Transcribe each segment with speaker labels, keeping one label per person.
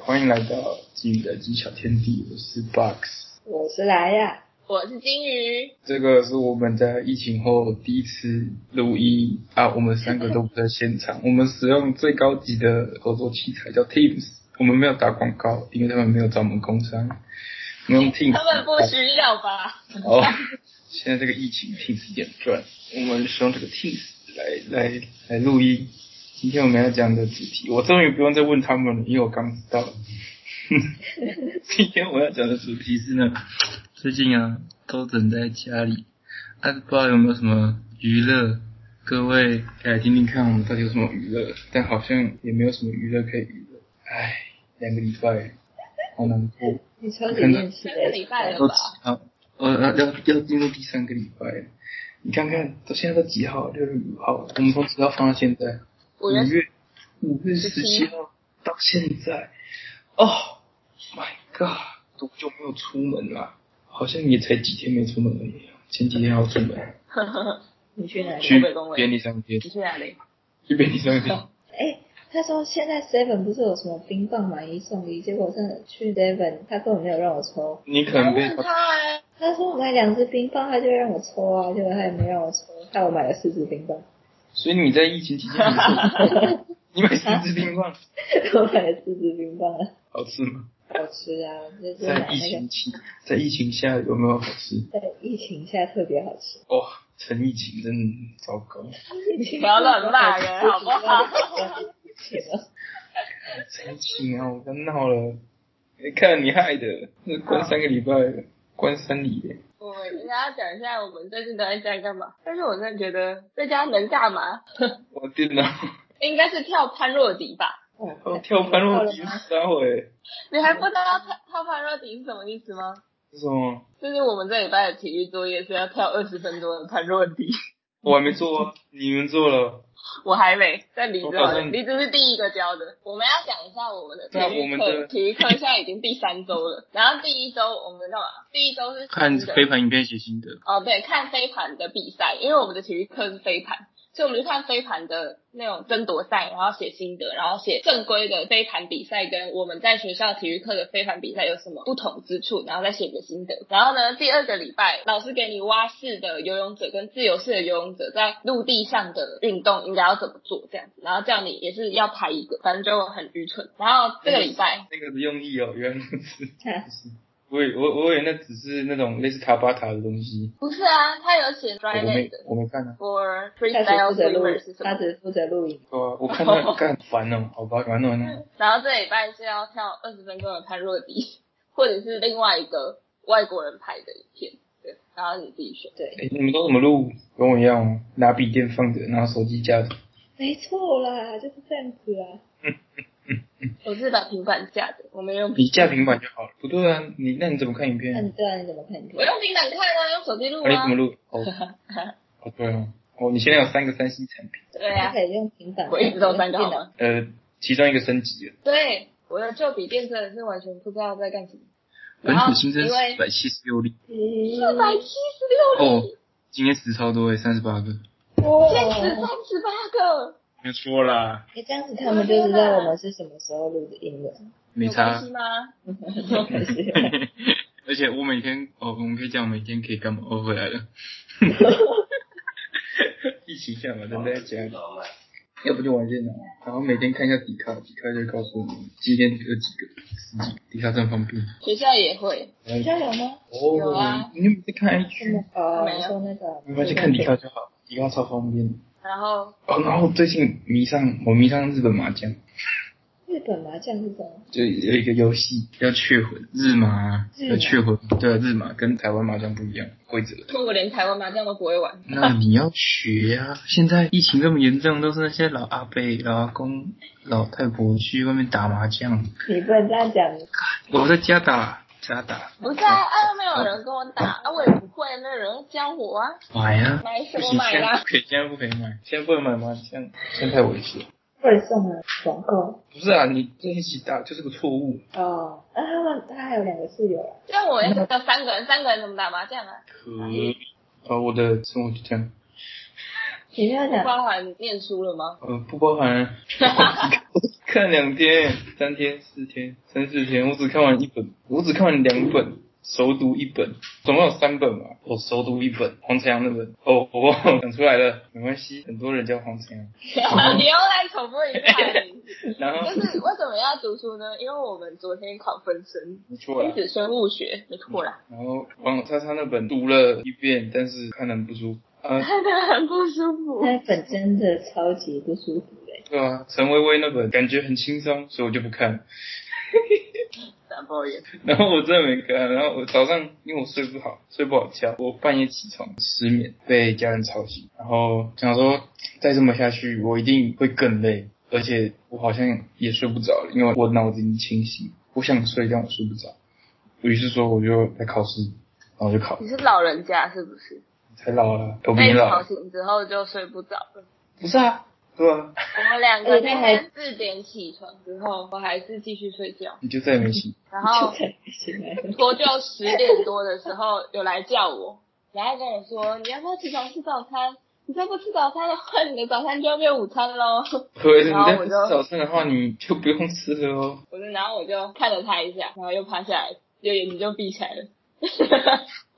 Speaker 1: 欢迎来到金鱼的技巧天地，我是 Box。
Speaker 2: 我是来呀，
Speaker 3: 我是金鱼，
Speaker 1: 这个是我们在疫情后第一次录音啊，我们三个都不在现场，我们使用最高级的合作器材叫 Teams，我们没有打广告，因为他们没有找我们工商，我们用 Teams。
Speaker 3: 他们不需要吧？
Speaker 1: 哦，现在这个疫情 Teams 点赚，我们使用这个 Teams 来来来录音。今天我们要讲的主题，我终于不用再问他们了，因为我刚知 道了。今天我要讲的主题是呢，最近啊都整在家里，啊不知道有没有什么娱乐，各位可以来听听看我们到底有什么娱乐，但好像也没有什么娱乐可以娱乐，唉，两个礼拜，好难过。
Speaker 2: 你说里面是
Speaker 3: 三个礼拜了
Speaker 1: 都
Speaker 3: 吧？
Speaker 1: 好，呃，要要要进入第三个礼拜了，你看看，到现在都几号？六月五号，我们从几号放到现在？
Speaker 3: 五
Speaker 1: 五
Speaker 3: 月
Speaker 1: 月五月十七号到现在，哦，My God，多久没有出门了、好像也才几天没出门而已。前几天要出门，嗯
Speaker 2: 你去哪里？
Speaker 1: 去
Speaker 3: 湖哎北公园
Speaker 1: 便利商店，
Speaker 3: 你去哪里？
Speaker 1: 去便利商 店。
Speaker 2: 哎，他说现在 Seven 不是有什么冰棒买一送一，结果我真的去 Seven，他根本没有让我抽。
Speaker 1: 你可
Speaker 3: 我
Speaker 1: 能被
Speaker 3: 问他哎，
Speaker 2: 他说我买两只冰棒，他就让我抽啊，结果他也没让我抽，害我买了四只冰棒，
Speaker 1: 所以你在疫情期间你 是，你买十支冰棒，
Speaker 2: 我买了四只冰棒啊，
Speaker 1: 好吃吗？
Speaker 2: 好吃啊，就是买
Speaker 1: 在疫
Speaker 2: 那
Speaker 1: 情
Speaker 2: 个
Speaker 1: 期，在疫情下有没有好吃？
Speaker 2: 在疫情下特别好吃。
Speaker 1: 哇、哦陈疫情真的糟糕，
Speaker 3: 不要乱骂人好不 好？
Speaker 1: 陈疫情啊，我刚闹了，你看你害的，那关三个礼拜，关三里耶，
Speaker 3: 我们跟大家讲一下我们最近都在家干嘛。但是我真的觉得在家能干嘛？
Speaker 1: 我电脑，
Speaker 3: 应该是跳潘若迪吧？
Speaker 1: 哦我跳潘若迪撒会，
Speaker 3: 你还不知道跳跳潘若迪是什么意思吗？
Speaker 1: 是什么？
Speaker 3: 就是我们这礼拜的体育作业是要跳二十分钟的潘若迪，
Speaker 1: 我还没做啊，你们做了，
Speaker 3: 我还没，但李
Speaker 1: 我
Speaker 3: 子
Speaker 1: 告
Speaker 3: 好
Speaker 1: 诉
Speaker 3: 像
Speaker 1: 你
Speaker 3: 李子是第一个教的。我们要讲一下我们的体
Speaker 1: 那我
Speaker 3: 育
Speaker 1: 们
Speaker 3: 课，
Speaker 1: 的
Speaker 3: 体育课现在已经第三周了。然后第一周我们干嘛？第一周是
Speaker 1: 看
Speaker 3: 新的
Speaker 1: 飞盘影片写心得，
Speaker 3: 哦，对，看飞盘的比赛，因为我们的体育课是飞盘，所以我们就看飞盘的那种争夺赛，然后写心得，然后写正规的飞盘比赛跟我们在学校体育课的飞盘比赛有什么不同之处，然后再写个心得。然后呢，第二个礼拜老师给你蛙式的游泳者跟自由式的游泳者在陆地上的运动应该要怎么做这样子，然后叫你也是要排一个，反正就很愚蠢。然后这个礼拜
Speaker 1: 那个的用意哦，原来如此，
Speaker 2: 啊
Speaker 1: 我以我我以为那只是那种类似塔巴塔的东西，
Speaker 3: 不是啊，他有写
Speaker 1: 我
Speaker 3: dry
Speaker 1: 没
Speaker 3: land
Speaker 1: 我没看啊。
Speaker 3: for
Speaker 2: 他只
Speaker 3: freestyle
Speaker 2: 负责录
Speaker 3: swimmer 是，什么
Speaker 2: 他？只负责录影。
Speaker 1: 对啊，我看那干烦哦，好吧，烦哦。
Speaker 3: 然后这礼拜是要跳二十分钟的潘若迪，或者是另外一个外国人拍的影片，对，然后你自己选。
Speaker 2: 对，
Speaker 1: 哎、你们都怎么录？跟我一样哦，拿笔电放着，然后手机架着。
Speaker 2: 没错啦，就是这样子啊。
Speaker 3: 我是把平板架的，我没用，
Speaker 1: 你架平板就好了。不对啊，你那你怎么看影片？
Speaker 2: 那
Speaker 1: 啊，
Speaker 2: 你对啊，你怎么看？你
Speaker 3: 我用平板看啊，用手机录
Speaker 1: 你怎么
Speaker 3: 啊。
Speaker 1: 录？哦，哦对哦，哦，你现在有三个三 C 产品，
Speaker 3: 对
Speaker 2: 他
Speaker 3: 啊，
Speaker 2: 可以用平板，
Speaker 3: 我一直都三个号码。
Speaker 1: 呃，其中一个升级了。
Speaker 3: 对，我的旧笔电真的是完全不知道在干什么。
Speaker 1: 本
Speaker 3: 然后
Speaker 1: 土新增
Speaker 3: 因为
Speaker 1: 四百七十六例，
Speaker 3: 四百七十六
Speaker 1: 哦
Speaker 3: 例，，
Speaker 1: 今天死超多诶，三十八个。
Speaker 3: 坚持三
Speaker 2: 哇！
Speaker 3: 十八个，
Speaker 1: 没错啦，
Speaker 2: 你哎这样子，他们就知道我们是什么时候录的英文。
Speaker 1: 没
Speaker 3: 有关
Speaker 1: 差
Speaker 3: 系。吗？
Speaker 1: 而且我每天哦，我们可以讲每天可以干嘛？我回来了。 疫情下嘛，人在家里，要不就玩电脑，然后每天看一下迪卡，迪卡就会告诉我们今天有几个，十几迪卡真方便。哦
Speaker 3: 学校也会，
Speaker 2: 你知道有吗？
Speaker 3: 有啊
Speaker 1: 你们在看
Speaker 2: 什么
Speaker 1: IG？？
Speaker 2: 哦，你说那个？
Speaker 1: 没关系，看迪卡就好，迪卡超方便。
Speaker 3: 然后
Speaker 1: 哦，然后最近迷上我迷上日本麻将，
Speaker 2: 日本麻将是什么？
Speaker 1: 就有一个游戏叫雀魂，日麻，
Speaker 2: 日麻
Speaker 1: 叫雀魂，对啊，日麻跟台湾麻将不一样，规则。
Speaker 3: 我连台湾麻将都不会玩，
Speaker 1: 那你要学啊！现在疫情这么严重，都是那些老阿伯、老阿公、老太婆去外面打麻将，
Speaker 2: 你不能这样讲，
Speaker 1: 我在家打家打，
Speaker 3: 不是啊，啊没有人跟我打，啊我也不会，没有人教我啊，
Speaker 1: 买啊！
Speaker 3: 买什
Speaker 1: 不行，
Speaker 3: 么买
Speaker 1: 现在
Speaker 3: 啦
Speaker 1: 不？可以，现在不可以买，现在不能买麻将，现在太危险。
Speaker 2: 不能送啊，网购。
Speaker 1: 不是啊，你在一起打就是个错误。
Speaker 2: 哦，啊，他们他还有两个室友啊。
Speaker 3: 但我也是只有三
Speaker 1: 呃
Speaker 3: 个人，三个人怎么打麻将啊？
Speaker 1: 可啊，我的生活就这样。
Speaker 2: 你们要
Speaker 3: 不
Speaker 2: 讲
Speaker 3: 包含念书了吗？
Speaker 1: 呃，不包含我只看两天、三天、四天、三四天，我只看完一本，我只看完两本，熟读一本，总共有三本嘛，我熟读一本，黄晨阳那本，哦，我忘了讲出来了，没关系，很多人叫黄晨阳，
Speaker 3: 你又来重复一下你。
Speaker 1: 然后
Speaker 3: 就是为什么要读书呢？因为我们昨天考分身，
Speaker 1: 没错啦
Speaker 3: 分，子生物学，没错啦，
Speaker 1: 然后王莎莎那本读了一遍，但是看得很不舒服。啊，
Speaker 3: 看得很不舒服。
Speaker 2: 那本真的超级不舒服哎、
Speaker 1: 对啊，陈薇薇那本感觉很轻松，所以我就不看了。
Speaker 3: 大抱怨，
Speaker 1: 然后我真的没看，然后我早上因为我睡不好，睡不好觉，我半夜起床失眠，被家人吵醒，然后想说再这么下去，我一定会更累，而且我好像也睡不着了，因为我脑子已经清醒，我想睡，但我睡不着。于是说我就来考试，然后我就考，
Speaker 3: 你是老人家是不是？
Speaker 1: 才老了，我比你
Speaker 3: 被
Speaker 1: 老
Speaker 3: 吵，醒之后就睡不着了。
Speaker 1: 不是啊，对啊，
Speaker 3: 我们两个
Speaker 2: 而且他还
Speaker 3: 四点起床之后，我还是继续睡觉，
Speaker 1: 你就再也没醒。
Speaker 3: 然
Speaker 2: 欸，
Speaker 3: 后
Speaker 2: 就才醒来了。
Speaker 3: 我就十点多的时候有来叫我，然后跟我说你要不要起床吃早餐？你再不吃早餐的话，你的早餐就要变午餐喽。
Speaker 1: 对，你
Speaker 3: 然后
Speaker 1: 再不
Speaker 3: 我就
Speaker 1: 吃早餐的话，你就不用吃了哦。
Speaker 3: 我就然后我就看了他一下，然后又趴下来，就眼睛就闭起来了。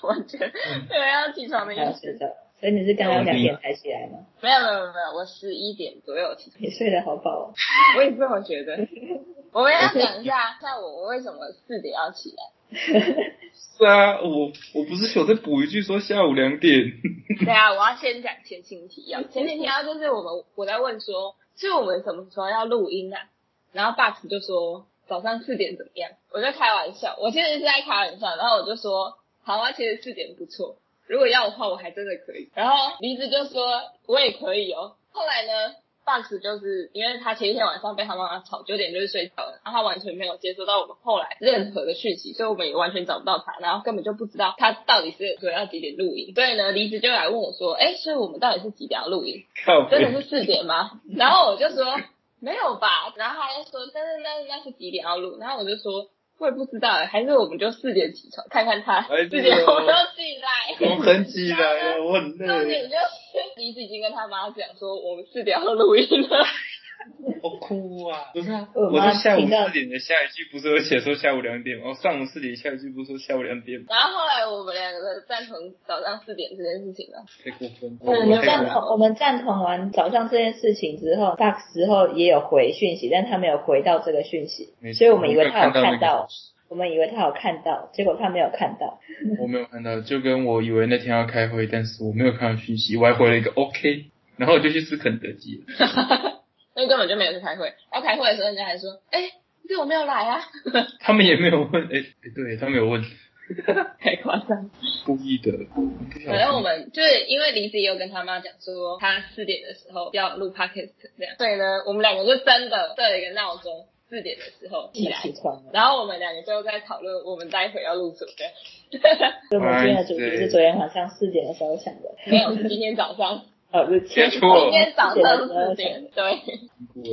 Speaker 3: 完全没有要起床的意
Speaker 2: 还要睡
Speaker 3: 思，
Speaker 2: 觉，所以你是刚刚两点才起来吗？
Speaker 3: 没有没有没有，我十一点左右起床，
Speaker 2: 你睡得好饱哦。
Speaker 3: 我也这么觉得。我们要讲一下，像我我为什么四点要起来？
Speaker 1: 是啊，我我不是有在补一句说下午两点，
Speaker 3: 对啊，我要先讲前情提要。前情提要就是我们我在问说，是我们什么时候要录音啊？然后 Box 就说早上四点怎么样？我就开玩笑，我其实是在开玩笑，然后我就说好啊，其实四点不错，如果要的话我还真的可以。然后梨子就说我也可以哦。后来呢，Box 就是因为他前一天晚上被他妈妈吵，九点就是睡觉了，然后他完全没有接收到我们后来任何的讯息，所以我们也完全找不到他，然后根本就不知道他到底是说要几点录音。所以呢，梨子就来问我说，哎，所以我们到底是几点要录音？
Speaker 1: 靠
Speaker 3: 真
Speaker 1: 背
Speaker 3: 的是四点吗？然后我就说没有吧，然后他就说但是那那是几点要录？然后我就说我也不知道，还是我们就四点起床看看他，
Speaker 1: 哎
Speaker 3: 四
Speaker 1: 对哦
Speaker 3: 点我就起来。啊
Speaker 1: 我很 起
Speaker 2: 啊
Speaker 1: 来了，我很
Speaker 3: 重
Speaker 1: 累，
Speaker 3: 点就是梨子已经跟他妈讲说我们四点要录音 了，
Speaker 1: 我哭啊！不是啊，
Speaker 2: 我
Speaker 1: 我
Speaker 2: 妈
Speaker 1: 说下午
Speaker 2: 听到
Speaker 1: 四点的下一句不是有写说下午两点吗？我上午四点下一句不是说下午两点吗？
Speaker 3: 然后后来我们两个赞同早上四点这件 事情了，
Speaker 1: 太过分了，
Speaker 3: 嗯
Speaker 2: 我
Speaker 1: 我
Speaker 2: 们
Speaker 1: 太
Speaker 2: 赞
Speaker 1: 过分
Speaker 2: 同，我们赞同完早上这件事情之后，Box 之后也有回讯息，但他没有回到这个讯息，
Speaker 1: 没错
Speaker 2: 所以我们以为他有
Speaker 1: 我没有
Speaker 2: 看
Speaker 1: 看到那
Speaker 2: 到，我们以为他有看到，结果他没有看到。
Speaker 1: 了， 我没有看到，就跟我以为那天要开会，但是我没有看到讯息，我还回了一个 OK，然后我就去吃肯德基了。
Speaker 3: 因为根本就没有去开会。然后开会的时候，人家还说，哎、这我没有来啊，
Speaker 1: 他们也没有问，哎、哎对他们有问，
Speaker 3: 太夸张。
Speaker 2: 哦
Speaker 1: 故意的，不小心
Speaker 3: 反正我们就是因为李子也有跟他妈讲说，他四点的时候要录 podcast 这样，所以呢，我们两个就真的设了一个闹钟，四点的时候起来
Speaker 2: 起。床了。
Speaker 3: 然后我们两个就在讨论我们待会要录什么的，
Speaker 2: 所以我们今天的主题是昨天晚上四点的时候想的，
Speaker 3: 没有，是今天早上，
Speaker 2: 哦，不是今
Speaker 1: 没
Speaker 2: 天
Speaker 1: 错
Speaker 3: 今天早上四
Speaker 2: 4点
Speaker 3: 点。对，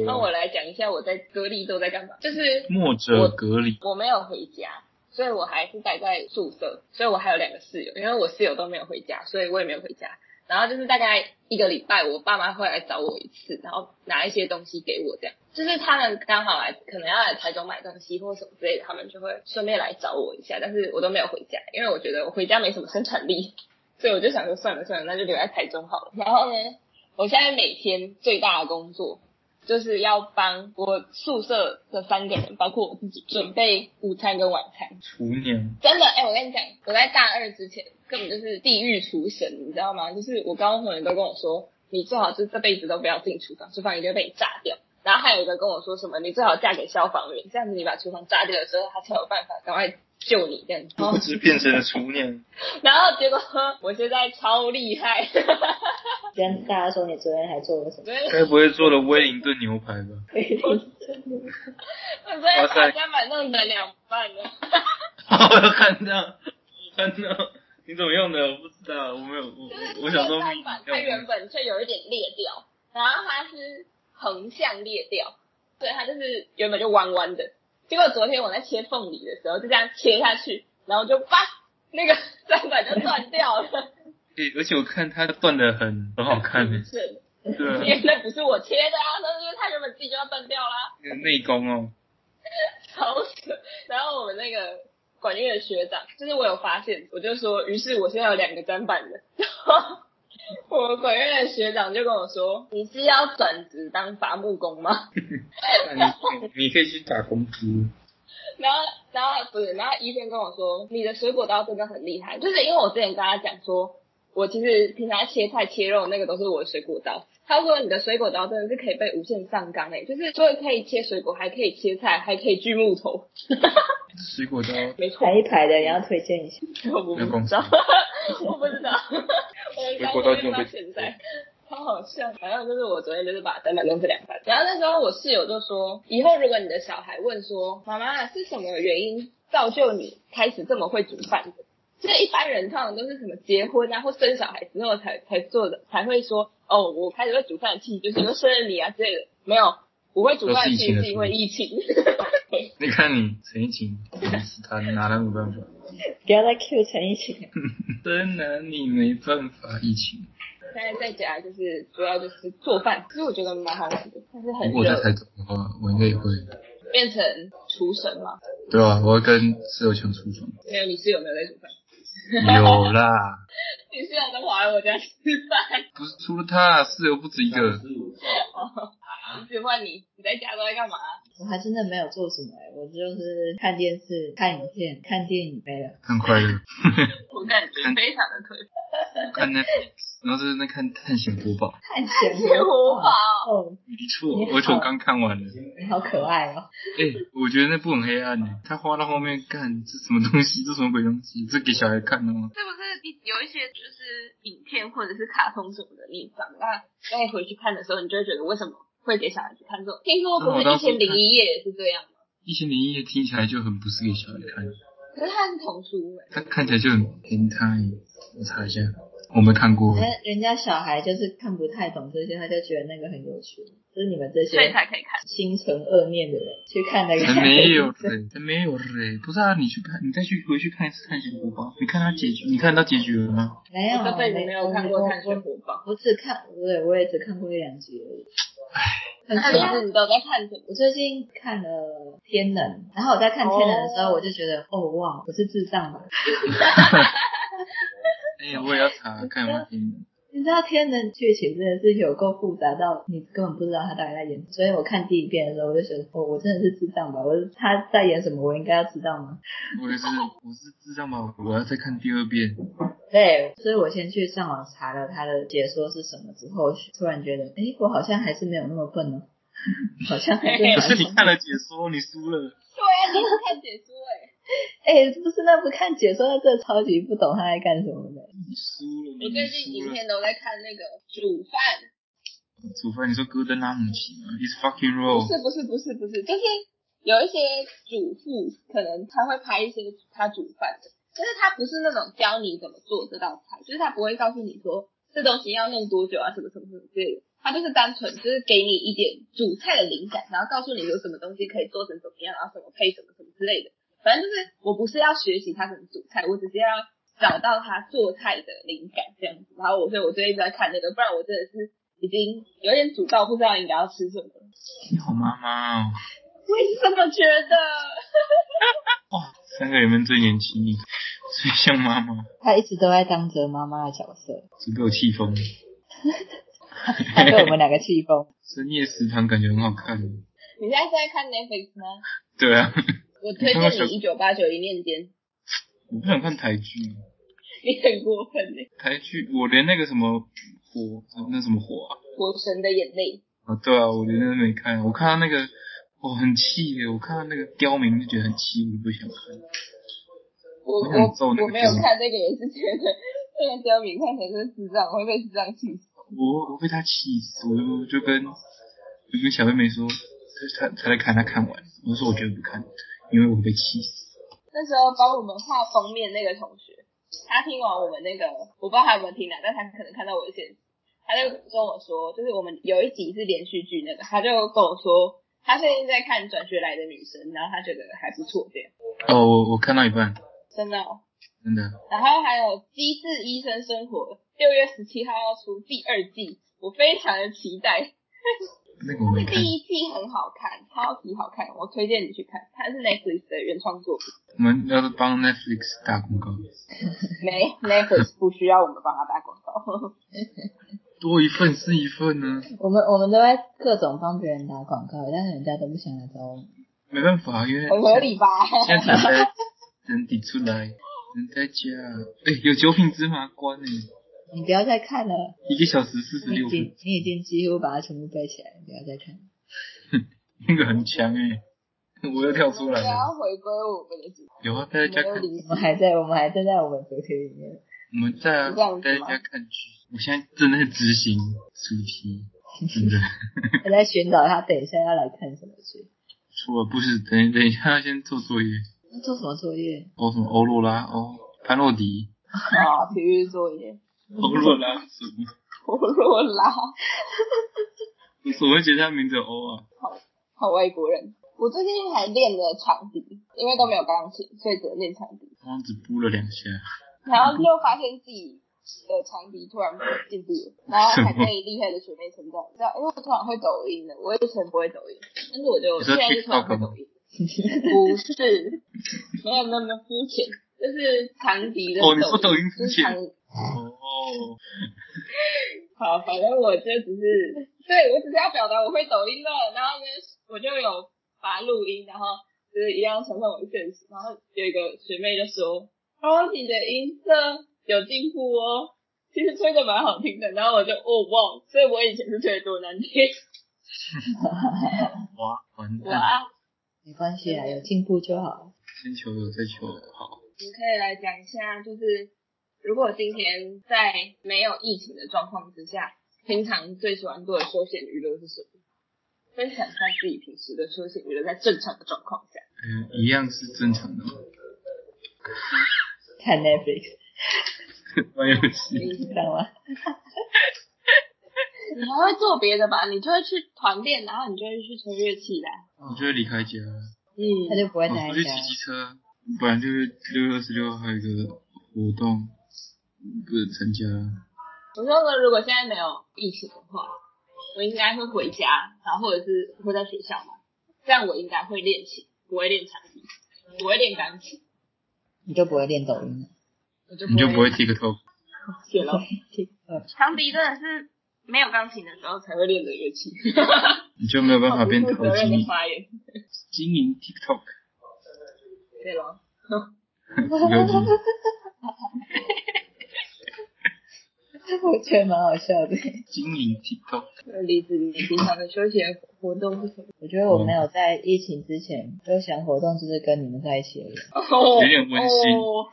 Speaker 1: 过
Speaker 3: 那我
Speaker 1: 了
Speaker 3: 来讲一下我在隔离都在干嘛，就是
Speaker 1: 墨者隔离，
Speaker 3: 我没有回家，所以我还是待在宿舍，所以我还有两个室友，因为我室友都没有回家，所以我也没有回家。然后就是大概一个礼拜，我爸妈会来找我一次，然后拿一些东西给我，这样就是他们刚好来，可能要来台中买东西或什么之类的，他们就会顺便来找我一下。但是我都没有回家，因为我觉得我回家没什么生产力， 所以我就想说算了算了，那就留在台中好了。然后呢，我现在每天最大的工作就是要帮我宿舍的三个人，包括我自己，准备午餐跟晚餐。
Speaker 1: 厨娘。
Speaker 3: 真的，哎、我跟你讲，我在大二之前根本就是地狱厨神，你知道吗？就是我高中同学都跟我说，你最好就是这辈子都不要进厨房，厨房一定会被你炸掉。然后还有一个跟我说什么，你最好嫁给消防员，这样子你把厨房炸掉的时候，他才有办法赶快救你这样子。
Speaker 1: 不知变成了厨娘，
Speaker 3: 然后结果我现在超厉害，
Speaker 2: 跟大家说你昨天还做了什么？
Speaker 3: 所以
Speaker 1: 该不会做了威灵顿牛排吧？
Speaker 3: 我昨天把家板弄成两半了。
Speaker 1: 我有看到，我看到，你怎么用的？我不知道，我没有，我我我想说，
Speaker 3: 面板它原本就有一点裂掉，然后它是横向裂掉，所以它就是原本就弯弯的。结果昨天我在切凤梨的时候，就这样切下去，然后就叭，那个砧板就断掉了。
Speaker 1: 诶、而且我看他断的很很好 看诶、
Speaker 3: 是，
Speaker 1: 对啊
Speaker 3: 因为那不是我贴的啊，那是因为他原本自己就要断掉啊啦。
Speaker 1: 那个内功哦，
Speaker 3: 超扯。然后我们那个管乐的学长，就是我有发现，我就说，于是我现在有两个砧板人。然后我们管乐的学长就跟我说：“你是要转职当伐木工吗
Speaker 4: 那你你可以去打工猪，？”
Speaker 3: 然后，然后不是，然后医生跟我说：“你的水果刀真的很厉害。”就是因为我之前跟他讲说。我其实平常切菜切肉那个都是我的水果刀，他说你的水果刀真的是可以被无限上纲诶、就是除了可以切水果，还可以切菜，还可以锯木头，
Speaker 1: 水果刀
Speaker 3: 没错。
Speaker 2: 排一排的，你要推荐一下。
Speaker 3: 我不知道，我不知道，我刚刚到现在。超好笑，反正就是我昨天就是把砧板弄成两半，然后那时候我室友就说，以后如果你的小孩问说，妈妈是什么原因造就你开始这么会煮饭的？就是一般人通常都是什么结婚啊或生小孩之后才才做的，才会说，哦，我开始会煮饭的气就是因为生了你啊之类的，没有，我会煮饭的气是因为疫情。
Speaker 1: 你看你陈一晴，你是他拿他没办法，
Speaker 2: 不要再 Q 陈奕迅，
Speaker 1: 真拿你没办法，疫情。
Speaker 3: 现在在家就是主要就是做饭，其实我觉得蛮好吃的，但是很
Speaker 1: 如果我在
Speaker 3: 热，
Speaker 1: 台中的话，我应该也会。
Speaker 3: 变成厨神嘛。
Speaker 1: 对啊，我会跟室友抢厨房。
Speaker 3: 没有，你室友没有在煮饭，
Speaker 1: 有啦，
Speaker 3: 你室友都跑来我家吃饭，
Speaker 1: 不是除了他，室友不止一个。
Speaker 3: 只换你，你在家都在干嘛？
Speaker 2: 我还真的没有做什么、欸，我就是看电视、看影片、看电影没 了。
Speaker 1: 看快乐，
Speaker 3: 我感觉非常的颓
Speaker 1: 看那， 然后是那看《探险活宝
Speaker 2: 探险
Speaker 3: 废。活宝，
Speaker 2: 哦，》，
Speaker 1: 没错，而且我刚看完了。
Speaker 2: 你好可爱哦、
Speaker 1: 哎、我觉得那部很黑暗欸呢。他画到后面，干这什么东西？这什么鬼东西？这给小孩看的吗？
Speaker 3: 是不是你有一些就是影片或者是卡通什么的，你长大再回去看的时候，你就会觉得为什么会给小孩去看这种？听说
Speaker 1: 嗯
Speaker 3: 不是一千零一夜也是这样吗？
Speaker 1: 一千零一夜听起来就很不是给小孩看，
Speaker 3: 可是它是童书哎、
Speaker 1: 他看起来就很变态。我查一下，我没看过
Speaker 2: 人。家人家小孩就是看不太懂这些，他就觉得那个很有趣，就是你们这
Speaker 3: 所以
Speaker 2: 些
Speaker 3: 才可以看。
Speaker 2: 心存恶念的人去看那个。
Speaker 1: 还没有嘞，还没有嘞，不是啊，你去看，你再去回去看一次《探险活宝》，你看他结局，你看到结局了吗？
Speaker 2: 没有，
Speaker 3: 我这辈子没有看过《探险
Speaker 2: 我
Speaker 3: 活宝》。
Speaker 2: 我只看，我也我也只看过一两集而已。很
Speaker 3: 那
Speaker 2: 可爱。
Speaker 3: 你都在看什么？
Speaker 2: 我最近看了《天能》，然后我在看《天能》的时候，
Speaker 3: 哦
Speaker 2: 我就觉得，哦哇，我是智障吧？
Speaker 1: 哎、我也要查看有没有听。
Speaker 2: 你知道《天能》剧情真的是有够复杂到你根本不知道他到底在演什么，所以我看第一遍的时候，我就觉得，哦，我真的是智障吧？我是他在演什么，我应该要知道吗？
Speaker 1: 我也是，我是智障吧？我要再看第二遍。
Speaker 2: 对，所以我先去上网查了他的解说是什么，之后突然觉得，哎，我好像还是没有那么笨哦， 好像还是蛮
Speaker 1: 可是你看了解说，你输了。
Speaker 3: 对啊，你是看解说哎、
Speaker 2: 哎，不是那不看解说，那真的超级不懂他在干什么的。
Speaker 1: 你输了，
Speaker 3: 我
Speaker 1: 你
Speaker 3: 最近
Speaker 1: 输了。
Speaker 3: 影片都在看那个煮饭，
Speaker 1: 煮饭，你说戈登拉姆齐吗？It's fucking
Speaker 3: 不
Speaker 1: raw。
Speaker 3: 是不是不是不是，就是有一些主妇可能她会拍一些她煮饭的，但是她不是那种教你怎么做这道菜，就是她不会告诉你说这东西要弄多久啊，什么什么什么之类的。她就是单纯就是给你一点煮菜的灵感，然后告诉你有什么东西可以做成怎么样，然后什么配什么什么之类的。反正就是我不是要学习他怎么煮菜，我只是要找到他做菜的灵感这样子。然后我所以我最近一直在看那个，不然我真的是已经有点煮到不知道应该要吃什么了。
Speaker 1: 你好妈妈哦。
Speaker 3: 我也是这么觉得。
Speaker 1: 哇，三个里面最年轻，最像妈妈，
Speaker 2: 他一直都在当着妈妈的角色，
Speaker 1: 足够气 疯。
Speaker 2: 他被我们两个气疯。
Speaker 1: 深夜食堂感觉很好看。哦
Speaker 3: 你现在是在看 Netflix 吗？
Speaker 1: 对啊，
Speaker 3: 我推荐你《一九八九一念间》，
Speaker 1: 我不想看台剧，
Speaker 3: 你很过分欸嘞。
Speaker 1: 台剧我连那个什么火，那什么火啊？
Speaker 3: 火神的眼泪，
Speaker 1: 啊，对啊，我连那都没看，我看到那个，我、很气耶！我看到那个刁民就觉得很气，我就不想看。我
Speaker 3: 我
Speaker 1: 想
Speaker 3: 我
Speaker 1: 揍那个
Speaker 3: 我没有
Speaker 1: 刁民
Speaker 3: 看这个也是觉得 那个刁民看起来就是智障，我会被智障气死。
Speaker 1: 我我被他气死，我我就跟我跟小妹妹说，她她在看，她看完，我说我绝对不看，因为我被气死。
Speaker 3: 那时候帮我们画封面那个同学，他听完我们那个，我不知道他有没有听啊，但他可能看到我的现实，他就跟我说，就是我们有一集是连续剧那个，他就跟我说，他最近在看《转学来的女生》，然后他觉得还不错，这样
Speaker 1: 哦，我我看到一半，
Speaker 3: 真的哦、
Speaker 1: 真的，
Speaker 3: 然后还有《机智医生生活》，六月十七号要出第二季，我非常的期待。
Speaker 1: 那个我没看，
Speaker 3: 第一季很好看，超级好看，我推荐你去看。它是 Netflix 的原创作品，
Speaker 1: 我们要是帮 Netflix 打广告，
Speaker 3: 没 Netflix 不需要我们帮他打广告。
Speaker 1: 多一份是一份呢、
Speaker 2: 我们我们都在各种帮别人打广告，但是人家都不想来找我们。
Speaker 1: 没办法，因为
Speaker 3: 很合理吧？哦
Speaker 1: 现在只能在只能抵出来，只能在家。哎、有九品芝麻官呢、
Speaker 2: 你不要再看了，
Speaker 1: 一个小时四十
Speaker 2: 你
Speaker 1: 六
Speaker 2: 已
Speaker 1: 分，
Speaker 2: 经你已经几乎把它全部背起来了，不要再看了。
Speaker 1: 那个很强哎、 我又跳出来
Speaker 3: 我要
Speaker 1: 了。
Speaker 3: 回归我们的主题，
Speaker 1: 有啊，
Speaker 3: 我
Speaker 1: 待在
Speaker 3: 们
Speaker 1: 家
Speaker 3: 又
Speaker 1: 看，
Speaker 3: 离
Speaker 2: 我们还在我们还正在我们主题里面。
Speaker 1: 我们在啊
Speaker 3: 这样子吗
Speaker 1: 待在家看剧。我现在正在执行主题， 真的。
Speaker 2: 还在寻找他等一下要来看什么剧。
Speaker 1: 除了不是，等等一下先做作业。
Speaker 2: 那做什么作业？
Speaker 1: 哦，什么欧若拉哦，潘若迪，
Speaker 3: 啊，体育作业，
Speaker 1: 欧若拉什么？
Speaker 3: 我若拉，
Speaker 1: 为什么会觉得他名字有欧啊？
Speaker 3: 好外国人。我最近还练了长笛，因为都没有钢琴，所以只能练长笛。
Speaker 1: 刚刚只扑了两下，
Speaker 3: 然
Speaker 1: 嗯
Speaker 3: 后又发现自己的长笛突然进步了，然后还被厉害的学妹称赞。你知道，因为我突然会抖音了，我以前不会抖音，但是我就
Speaker 1: 你说
Speaker 3: 现在就突然会抖音。不是，没有没有没有肤浅，就是长笛的
Speaker 1: 哦你说抖音
Speaker 3: 就
Speaker 1: 肤
Speaker 3: 是
Speaker 1: 浅
Speaker 3: 长
Speaker 1: 哦，
Speaker 3: 好，反正我这只是，对我只是要表达我会抖音了，然后呢，我就有把它录音，然后就是一样呈现我的现实，然后有一个学妹就说，哦，你的音色有进步哦，其实吹的蛮好听的，然后我就哦哇，所以我以前是吹得多难听，
Speaker 1: 哇，完蛋，
Speaker 3: 哇，
Speaker 2: 没关系啊，有进步就好。
Speaker 1: 先求有再求好，
Speaker 3: 你可以来讲一下，就是如果今天在没有疫情的状况之下，平常最喜欢做的休闲娱乐是什么？分享一下自己平时的休闲娱乐，在正常的状况下，
Speaker 1: 嗯、一样是正常的嘛，
Speaker 2: 看 Netflix，
Speaker 1: 玩游戏，
Speaker 2: 知道吗？
Speaker 3: 你还会做别的吧？你就会去团练，然后你就会去吹乐器啦。
Speaker 1: 我就会离开家，哦
Speaker 2: 他
Speaker 3: 嗯，
Speaker 2: 就不会
Speaker 1: 我
Speaker 2: 待
Speaker 1: 出
Speaker 2: 在
Speaker 1: 去
Speaker 2: 家
Speaker 1: 骑。骑车，本来就是六月二十六还有一个活动，不是参加，
Speaker 3: 我说过，如果现在没有疫情的话，我应该会回家，然后或者是会在学校嘛，这样我应该会练琴，不会练长笛，不会练钢琴，
Speaker 2: 你就不会练抖音了。
Speaker 3: 我就
Speaker 1: 你就不会
Speaker 3: 练
Speaker 1: TikTok，
Speaker 3: 写 了。
Speaker 2: 呃
Speaker 3: 长笛真的是没有钢琴的时候才会练的乐器，
Speaker 1: 你 就没有办法 变
Speaker 3: 好
Speaker 1: 投
Speaker 3: 不负责任的
Speaker 1: 机
Speaker 3: 发言。
Speaker 1: 经营 TikTok，
Speaker 3: 对咯，
Speaker 1: 有机。
Speaker 2: 我觉得蛮好笑的。
Speaker 1: 经营 TikTok，
Speaker 3: 那李子，你平常的休闲活动是什 么？
Speaker 2: 我觉得我没有在疫情之前休闲活动就是跟你们在一起而已。
Speaker 1: 有点温馨
Speaker 3: 哦、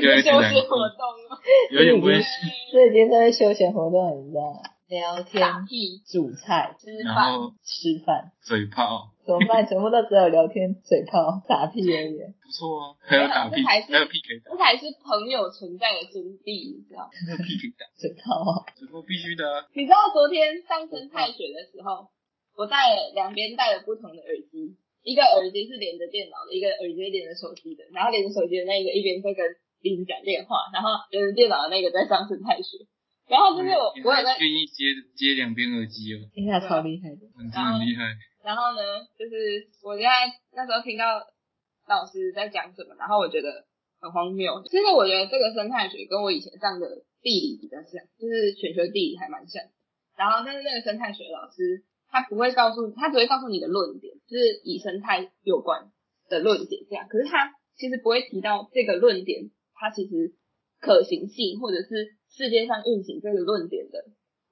Speaker 3: 这
Speaker 1: 有一
Speaker 3: 是休
Speaker 1: 点难
Speaker 3: 闲
Speaker 1: 过
Speaker 3: 活动啊 吗？
Speaker 1: 有点温馨。
Speaker 2: 这已经算是休闲活动，你知道吗？聊天、
Speaker 3: 打屁、
Speaker 2: 煮菜、
Speaker 3: 吃
Speaker 1: 然
Speaker 3: 饭，
Speaker 1: 后
Speaker 2: 吃饭、
Speaker 1: 嘴炮，
Speaker 2: 怎么办？全部都只有聊天、嘴炮、打屁而已。
Speaker 1: 不错啊，还有打屁，
Speaker 3: 这还是
Speaker 1: 还有屁可以打，
Speaker 3: 这才是朋友存在的真谛，你知道吗？
Speaker 1: 还有屁可以打，
Speaker 2: 嘴炮哦，
Speaker 1: 嘴炮必须的啊。
Speaker 3: 你知道昨天上生态学的时候，我戴了两边戴了不同的耳机，一个耳机是连着电脑的，一个耳机是连着手机的，然后连着手机的那个一边在跟林子讲电话，然后连着电脑的那个在上生态学。然后就是我，
Speaker 1: 嗯你
Speaker 3: 我有在
Speaker 1: 还愿意接接两边耳机哦，
Speaker 2: 听起来哎超厉害的。
Speaker 1: 你真的很厉害。
Speaker 3: 然后呢，就是我现在那时候听到老师在讲什么，然后我觉得很荒谬。其实我觉得这个生态学跟我以前上的地理比较像，就是选修地理还蛮像。然后但是那个生态学老师他不会告诉，他只会告诉你的论点，就是以生态有关的论点这样。可是他其实不会提到这个论点，它其实可行性或者是世界上运行这个论点的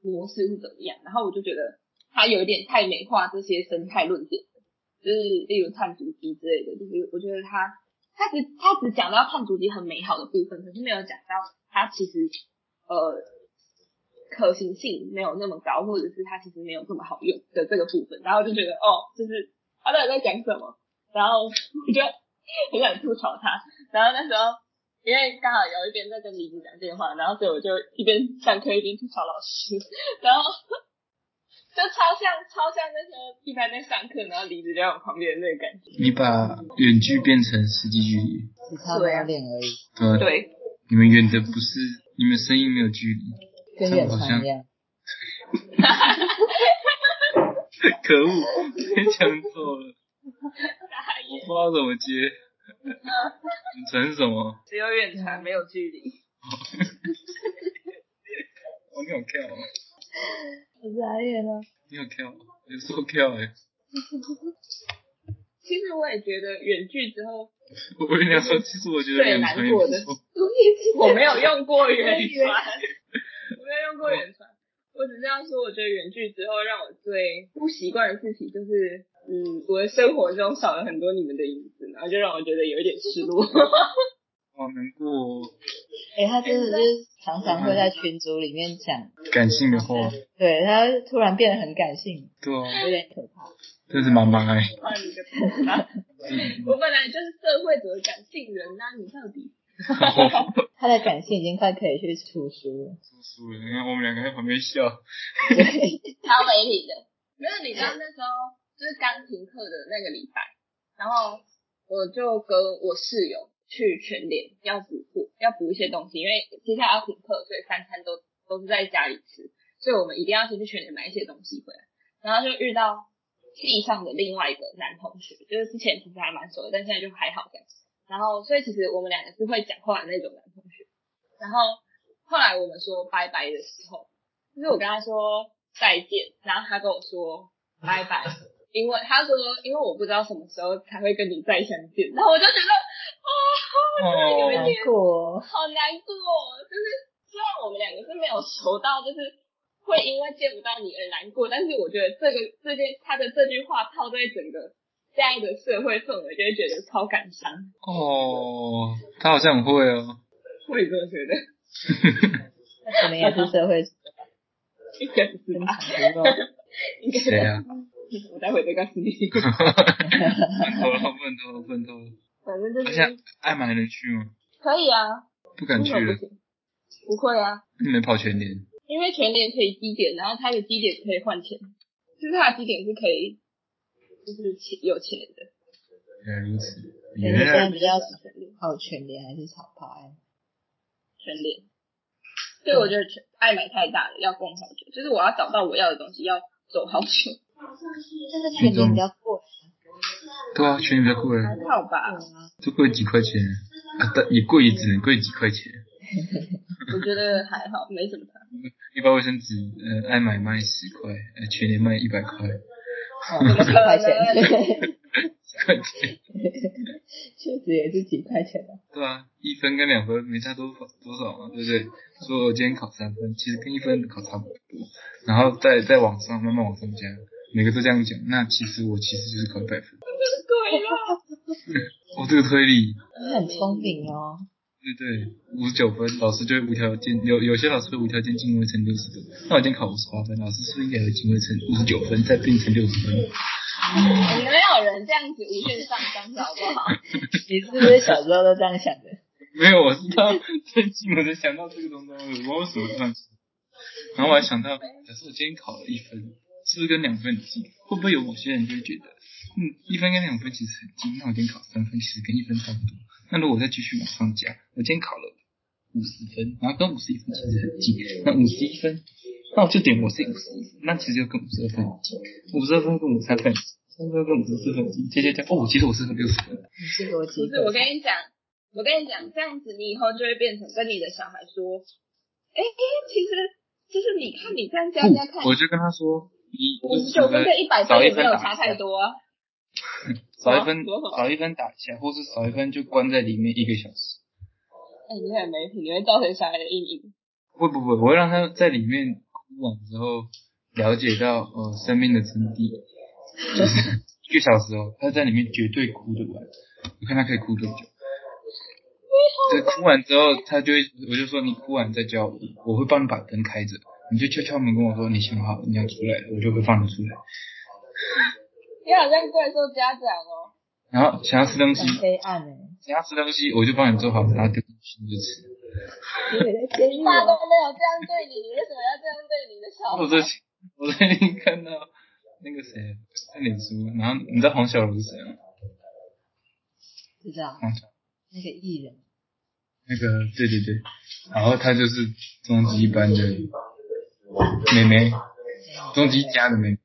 Speaker 3: 模式是怎么样。然后我就觉得他有一点太美化这些生态论点了，就是例如碳足迹之类的，就是我觉得他他只他只讲到碳足迹很美好的部分，可是没有讲到他其实呃可行性没有那么高，或者是它其实没有这么好用的这个部分，然后就觉得哦，就是他到底在讲什么？然后我就很想吐槽他。然后那时候因为刚好有一边在跟李子讲电话，然后所以我就一边上课一边吐槽老师，然后就超像超像那时候一般在上课，然后李子就在我旁边的那个感觉。
Speaker 1: 你把远距变成实际距离，
Speaker 2: 只差没有脸而已。
Speaker 1: 对啊，
Speaker 3: 对，
Speaker 1: 你们远的不是你们声音没有距离，
Speaker 2: 跟
Speaker 1: 这样
Speaker 2: 远
Speaker 1: 好
Speaker 2: 传
Speaker 1: 像
Speaker 2: 一样。
Speaker 1: 可恶，被抢走了，我不知道怎么接。
Speaker 3: 嗯
Speaker 1: 你传什么？
Speaker 3: 只有远传没有距离。
Speaker 1: 哦，你有 Q 哦，
Speaker 2: 我傻眼了，
Speaker 1: 你有 Q，有时候 Q 哎、
Speaker 3: 其实我也觉得远距之后，
Speaker 1: 我跟你讲说，其实我觉得
Speaker 3: 最
Speaker 1: 远
Speaker 3: 难
Speaker 1: 传也
Speaker 3: 过
Speaker 1: 不
Speaker 3: 的
Speaker 1: 错。
Speaker 3: 我没有用过远
Speaker 2: 我以为
Speaker 3: 传， 我没有用过远传，我只这样说，我觉得远距之后让我最不习惯的事情就是，嗯，我的生活中少了很多你们的影子，然后就让我觉得有一点失落。
Speaker 1: 好难过、哦，
Speaker 2: 哎、他真的就是常常会在群组里面讲，
Speaker 1: 感性的话，
Speaker 2: 对他突然变得很感性，
Speaker 1: 对啊，
Speaker 2: 有点可怕。
Speaker 1: 真是妈 妈哎、
Speaker 3: 换你的头吧啊我本来就是社会主义感性人呐、你到底？
Speaker 2: 他的感性已经快可以去出书 了。
Speaker 1: 叔叔，你看我们两个在旁边笑，
Speaker 2: 对，
Speaker 3: 超没理的。没有，你知道那时候就是刚停课的那个礼拜，然后我就跟我室友去全联要补货，要补一些东西，因为接下来要停课，所以三餐都都是在家里吃，所以我们一定要先去全联买一些东西回来。然后就遇到系上的另外一个男同学，就是之前其实还蛮熟的，但现在就还好这样。然后，所以其实我们两个是会讲话的那种男同学。然后后来我们说拜拜的时候，就是我跟他说再见，然后他跟我说拜拜，因为他说因为我不知道什么时候才会跟你再相见，然后我就觉得啊、哦，真的有一
Speaker 2: 难
Speaker 3: 点
Speaker 2: 过哦，
Speaker 3: 好难过哦，就是虽然我们两个是没有熟到，就是会因为见不到你而难过，但是我觉得这个这件他的这句话套在整个这样一个社会氛围，就会觉得超感伤。
Speaker 1: 哦，他好像很会哦，
Speaker 3: 我也这么觉得，
Speaker 2: 可能也是社会
Speaker 3: 应该不是
Speaker 2: 生
Speaker 3: 吧？
Speaker 2: 产不够。
Speaker 3: 应该
Speaker 1: 谁啊？
Speaker 3: 我待会再告诉你。
Speaker 1: 奋斗了，奋斗了，奋斗了。
Speaker 3: 反正就
Speaker 1: 而
Speaker 3: 是
Speaker 1: 且爱玛还能去吗？
Speaker 3: 可以啊，
Speaker 1: 不敢
Speaker 3: 为
Speaker 1: 去
Speaker 3: 什么
Speaker 1: 了
Speaker 3: 不，行？不会啊，
Speaker 1: 你们跑全年，
Speaker 3: 因为全年可以积点，然后它的积点可以换钱，就是它的积点是可以，就是钱有钱的。
Speaker 1: 原来如此，
Speaker 2: 对
Speaker 1: 原来
Speaker 2: 现在比较
Speaker 3: 全联，
Speaker 2: 好全联还是潮牌？
Speaker 3: 全联。所以我觉得全爱买太大了，要逛好久，就是我要找到我要的东西，要走好久。
Speaker 2: 但是全联比较贵
Speaker 1: 对啊，全年比较贵，
Speaker 3: 还好吧，
Speaker 2: 啊，
Speaker 1: 就贵几块钱啊，但也贵也只能贵几块钱。
Speaker 3: 我觉得还好，没什么差。
Speaker 1: 一包卫生纸，呃，爱买卖十块，呃，全年卖一百块，
Speaker 2: 哦，几块钱，
Speaker 1: 几块钱。
Speaker 2: 确实也是几块钱的。
Speaker 1: 对啊，一分跟两分没差多少多少嘛，对不对？说我今天考三分，其实跟一分考差不多，然后再再往上慢慢往上加，每个都这样讲，那其实我其实就是考一百分。
Speaker 3: 对啦，
Speaker 1: 哦，这个推理，
Speaker 2: 你很聪明哦，
Speaker 1: 对对，五十九分，老师就会无条件，有有些老师会无条件进位成六十分。那我今天考五十八分，老师是不是应该有进位成五十九分，再变成六十分？
Speaker 3: 我们没有人这样子无限上纲的好不好？
Speaker 2: 你是不是小时候都这样想的？
Speaker 1: 没有，我是他最近我才想到这个东东，我不知道为什么这样子。然后我还想到，假设我今天考了一分，是不是跟两分很近？会不会有某些人就会觉得，嗯，一分跟两分其实很近，那我今天考三分，其实跟一分差不多。那如果我再继续往上加，我今天考了五十分，然后跟五十一分其实很近，那五十一分，那我就点我是五十一分，那其实就跟五十二分很近，五十二分跟五十三分很近，三分跟五十四分很近，接接加，哦，其实我是个六十分。
Speaker 2: 你是逻
Speaker 3: 不
Speaker 2: 辑
Speaker 3: 是，我跟你讲，我跟你讲，这样子你以后就会变成跟你的小孩说，哎、其实就是你看你这样加加看
Speaker 1: 不，，我就跟他说，你
Speaker 3: 五十九分跟一百
Speaker 1: 少
Speaker 3: 分
Speaker 1: 一
Speaker 3: 也没
Speaker 1: 分
Speaker 3: 有
Speaker 1: 打
Speaker 3: 差太
Speaker 1: 一下，
Speaker 3: 多啊。
Speaker 1: 少一分
Speaker 3: 啊多少
Speaker 1: 少一分打一下，或是少一分就关在里面一个小时。
Speaker 3: 哎、你很没品，你会造成小孩的阴影。
Speaker 1: 不不不，我会让他在里面哭完之后，了解到呃生命的真谛，就是 一个小时哦，他在里面绝对哭得完，我看他可以哭多久。对，哭完之后，他就会，我就说你哭完再叫我，我会帮你把灯开着，你就敲敲门跟我说你想好你要出来了，我就会放你出来。
Speaker 3: 你好像怪兽家长哦。
Speaker 1: 然后想要吃东西
Speaker 2: 很，黑暗哎，
Speaker 1: 想要吃东西，我就帮你做好，然后丢进去你就吃。
Speaker 2: 你也在监狱
Speaker 3: 大
Speaker 2: 哦。
Speaker 3: 都没有这样对你，你为什么要这样对你的小
Speaker 1: 我最
Speaker 3: 孩？
Speaker 1: 近我最近看到那个谁在脸书，然后你知道黄小柔是谁吗？
Speaker 2: 知道
Speaker 1: 黄小
Speaker 2: 那个艺人，
Speaker 1: 那个，对对对，然后她就是终极一班的妹妹，终极一家的妹妹，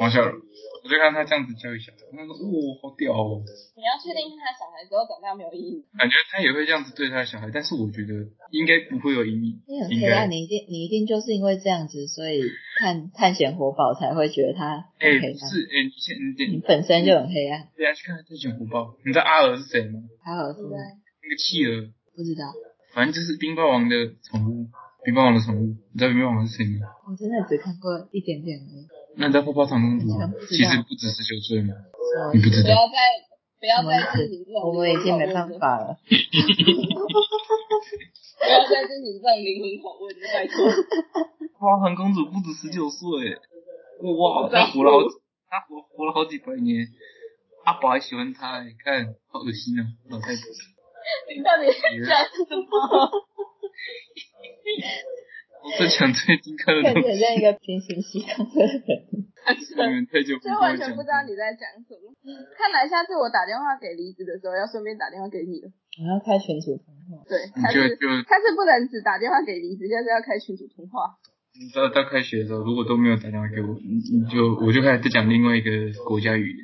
Speaker 1: 王小柔。我就看她这样子教育小孩，我想说，哇、好屌哦！
Speaker 3: 你要确定他小孩之后长大没有阴影，
Speaker 1: 感觉她也会这样子对她的小孩，但是我觉得应该不会有阴影
Speaker 2: 你很，
Speaker 1: 应
Speaker 2: 配
Speaker 1: 该
Speaker 2: 啊，。你一定你一定就是因为这样子，所以探探险活宝才会觉得它
Speaker 1: 哎、
Speaker 2: 很
Speaker 1: 不
Speaker 2: 黑暗。
Speaker 1: 是，哎、你现你
Speaker 2: 你
Speaker 1: 点，
Speaker 2: 本身就很黑暗，
Speaker 1: 大家去看《探险虎豹》，你知道阿尔是谁吗？
Speaker 2: 还好是
Speaker 3: 对不
Speaker 2: 吗
Speaker 3: 对？
Speaker 1: 那个企鹅，
Speaker 2: 不知道，
Speaker 1: 反正就是冰霸王的宠物，冰霸王的宠物，你知道冰霸王是谁吗？
Speaker 2: 我真的只看过一点点而已。
Speaker 1: 那你知道泡泡糖公主吗
Speaker 2: 不知道
Speaker 1: 其实不止十九岁吗？
Speaker 2: 我
Speaker 1: 你不知
Speaker 3: 不
Speaker 1: 道？
Speaker 3: 要再不要再进行这种
Speaker 2: 我们已经没办
Speaker 3: 灵魂拷问了，
Speaker 2: 法了。
Speaker 3: 不要再进行这种灵魂拷问了， 拜托。
Speaker 1: 泡泡糖公主不止十九岁，哇，她活了好几，她活活了好几百年，阿宝还喜欢她，你看好恶心哦，老太婆。
Speaker 3: 你到底在讲什么？
Speaker 1: 我在讲最近看的
Speaker 2: 看
Speaker 1: 东
Speaker 2: 起来
Speaker 1: 西，
Speaker 2: 像一个平行时空的 人，
Speaker 1: 你们太久不
Speaker 3: 就
Speaker 1: 跟我
Speaker 3: 完
Speaker 1: 讲
Speaker 3: 全
Speaker 1: 了
Speaker 3: 不知道你在讲什么。嗯看来下次我打电话给梨子的时候，要顺便打电话给你了。
Speaker 2: 我要开群主通话。
Speaker 3: 对，
Speaker 1: 你
Speaker 3: 下
Speaker 1: 嗯就
Speaker 3: 次
Speaker 1: 就
Speaker 3: 下次不能只打电话给梨子，下次要开群主通话。
Speaker 1: 你知道到开学的时候，如果都没有打电话给我，你你就我就开始在讲另外一个国家语言，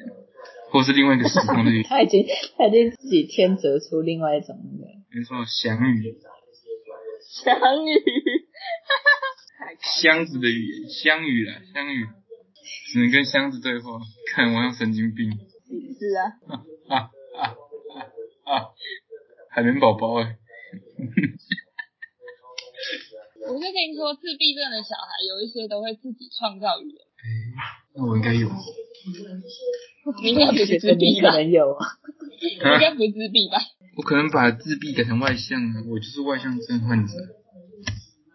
Speaker 1: 或是另外一个时空的语言，
Speaker 2: 他已经他已经自己天择出另外一种那个，
Speaker 1: 比如说翔语、
Speaker 3: 翔宇， 太夸张了
Speaker 1: 箱子的语言，香语啦，香语，只能跟箱子对话，看我像神经病
Speaker 3: 是啊，
Speaker 1: 啊啊啊啊！海绵宝宝哎，
Speaker 3: 我是听说自闭症的小孩有一些都会自己创造语言。
Speaker 1: 那我应该有，
Speaker 3: 你应该 不是自
Speaker 2: 你
Speaker 3: 闭
Speaker 2: 可
Speaker 3: 吧？
Speaker 2: 能有。
Speaker 3: 你应该不是自闭吧？
Speaker 1: 我可能把自闭改成外向了，我就是外向症患者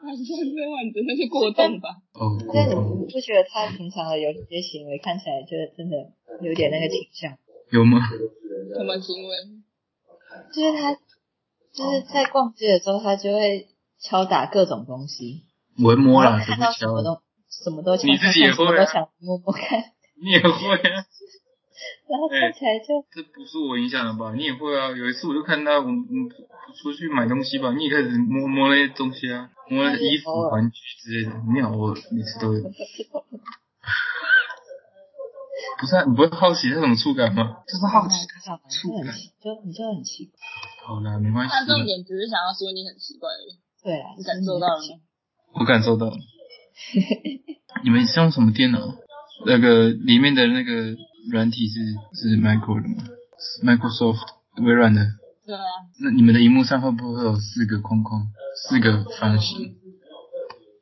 Speaker 3: 好像这患者那是过动 吧？
Speaker 1: 哦。过
Speaker 2: 但
Speaker 1: 动
Speaker 2: 你不觉得他平常的有些行为看起来就是真的有点那个倾向？
Speaker 1: 有吗？
Speaker 3: 什么行 为？
Speaker 2: 就是他就是在逛街的时候，他就会敲打各种东西，
Speaker 1: 我会摸
Speaker 2: 然
Speaker 1: 啦，
Speaker 2: 后
Speaker 1: 只
Speaker 2: 看
Speaker 1: 会
Speaker 2: 到
Speaker 1: 敲，
Speaker 2: 什么都什么都想
Speaker 1: 你
Speaker 2: 看
Speaker 1: 自己也
Speaker 2: 看什么
Speaker 1: 会啊
Speaker 2: 都想摸摸看，
Speaker 1: 你也会啊。
Speaker 2: 然后看起来就
Speaker 1: 这不是我影响的吧？你也会啊。有一次我就看到我们我们出去买东西吧，你也开始摸摸那些东西啊，摸那个衣服、玩具之类的。你好，我每次都有。不是啊，你不会好奇它什么触感吗？就是好奇它
Speaker 2: 好
Speaker 1: 触
Speaker 2: 就很
Speaker 1: 感。
Speaker 2: 奇，就你就很奇怪。
Speaker 1: 好啦，没关系
Speaker 3: 他重
Speaker 1: 啦，
Speaker 3: 点只是想要说你很奇怪而已，
Speaker 2: 对啊，
Speaker 3: 你感受到了吗？
Speaker 1: 我感受到了。你们是用什么电脑？那个里面的那个软体是是 Micro 的吗是？Microsoft 微软的。
Speaker 3: 对啊，
Speaker 1: 那你们的荧幕上会不会有四个框框，四个方形？